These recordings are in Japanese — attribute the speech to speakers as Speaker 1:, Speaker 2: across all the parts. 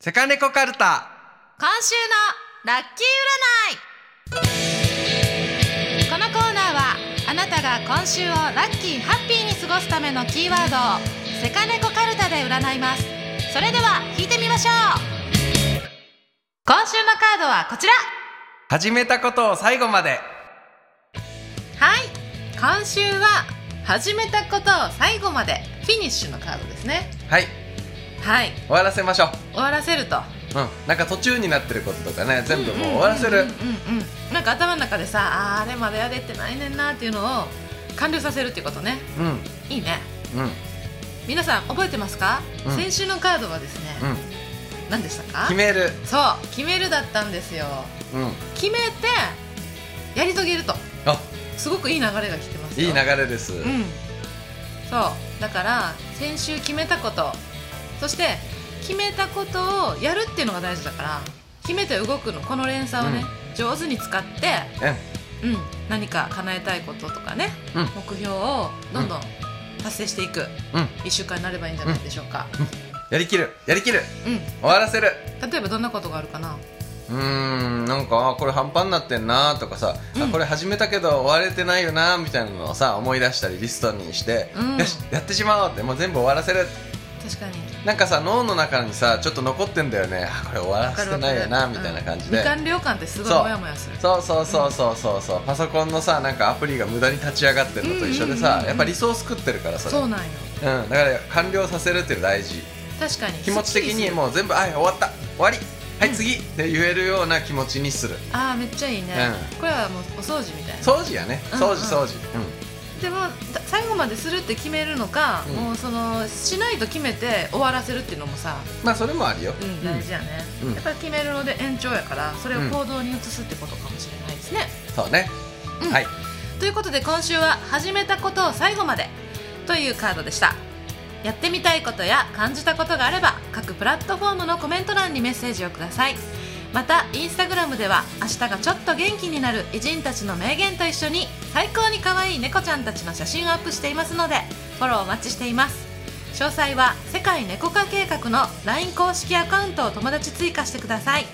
Speaker 1: セカネコカルタ
Speaker 2: 今週のラッキー占いこのコーナーはあなたが今週をラッキーハッピーに過ごすためのキーワードをセカネコカルタで占いますそれでは引いてみましょう今週のカードはこちら
Speaker 1: 始めたことを最後まで
Speaker 2: はい今週は始めたことを最後までフィニッシュのカードですね
Speaker 1: はい
Speaker 2: はい
Speaker 1: 終わらせましょう
Speaker 2: 終わらせると
Speaker 1: うんなんか途中になってることとかね全部もう終わらせる
Speaker 2: うんうんうんうんうんなんか頭の中でさあーあれまだやれてないねんなっていうのを完了させるっていうことね
Speaker 1: うん
Speaker 2: いいね
Speaker 1: うんうん
Speaker 2: 皆さん覚えてますか、
Speaker 1: うん
Speaker 2: 先週のカードはですね、何でしたか
Speaker 1: 決める
Speaker 2: そう決めるだったんですよ
Speaker 1: うん
Speaker 2: 決めてやり遂げると
Speaker 1: あ
Speaker 2: すごくいい流れが来てます
Speaker 1: いい
Speaker 2: よ
Speaker 1: 流れです
Speaker 2: うんそうだから先週決めたことそして決めたことをやるっていうのが大事だから決めて動くのこの連鎖をね、上手に使ってうん、何か叶えたいこととかね、
Speaker 1: うん
Speaker 2: 目標をどんどん達成していく
Speaker 1: うんうん
Speaker 2: 1週間になればいいんじゃないでしょうか、
Speaker 1: やりきるやりきる
Speaker 2: うん
Speaker 1: 終わらせる
Speaker 2: 例えばどんなことがあるかな
Speaker 1: うーんなんかあこれ半端になってんなとかさ、
Speaker 2: う
Speaker 1: あ
Speaker 2: ん
Speaker 1: これ始めたけど終われてないよなみたいなのをさ思い出したりリストにして、
Speaker 2: うん
Speaker 1: よしやってしまおうってもう全部終わらせる
Speaker 2: 確かに
Speaker 1: なんかさ脳の中にさちょっと残ってんだよねあこれ終わらせてないよなみたいな感じで、
Speaker 2: うん未完了感ってすごい
Speaker 1: そう
Speaker 2: モヤモヤする
Speaker 1: そうそうそうそうそうそうパソコンのさなんかアプリが無駄に立ち上がってるのと一緒で
Speaker 2: うんうん
Speaker 1: さ、
Speaker 2: うんうん
Speaker 1: やっぱリソース食ってるから
Speaker 2: そ
Speaker 1: さ
Speaker 2: う
Speaker 1: うん、
Speaker 2: なんよ
Speaker 1: だから完了させるって大事
Speaker 2: 確かに
Speaker 1: 気持ち的に
Speaker 2: う
Speaker 1: もう全部あ終わった終わりはい、
Speaker 2: うん
Speaker 1: 次って言えるような気持ちにする
Speaker 2: ああめっちゃいいね、これはもうお掃除みたいな
Speaker 1: 掃除やね掃除
Speaker 2: うんう
Speaker 1: 掃除うん
Speaker 2: でもだ最後までするって決めるのか、
Speaker 1: うん
Speaker 2: もうそのしないと決めて終わらせるっていうのもさ、
Speaker 1: まあそれもあるよ、
Speaker 2: うん、大事やね、
Speaker 1: うん
Speaker 2: やっぱり決めるので延長やからそれを
Speaker 1: うん
Speaker 2: 行動に移すってことかもしれないですね、
Speaker 1: そうね、
Speaker 2: うん
Speaker 1: はい
Speaker 2: ということで今週は「始めたことを最後まで」というカードでしたやってみたいことや感じたことがあれば各プラットフォームのコメント欄にメッセージをくださいまたインスタグラムでは明日がちょっと元気になる偉人たちの名言と一緒に最高に可愛い猫ちゃんたちの写真をアップしていますのでフォローお待ちしています詳細は世界猫化計画の LINE 公式アカウントを友達追加してください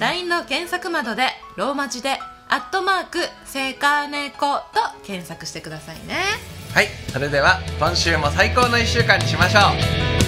Speaker 2: LINE の検索窓でローマ字で「アットマークセカネコ」と検索してくださいね
Speaker 1: はいそれでは今週も最高の1週間にしましょう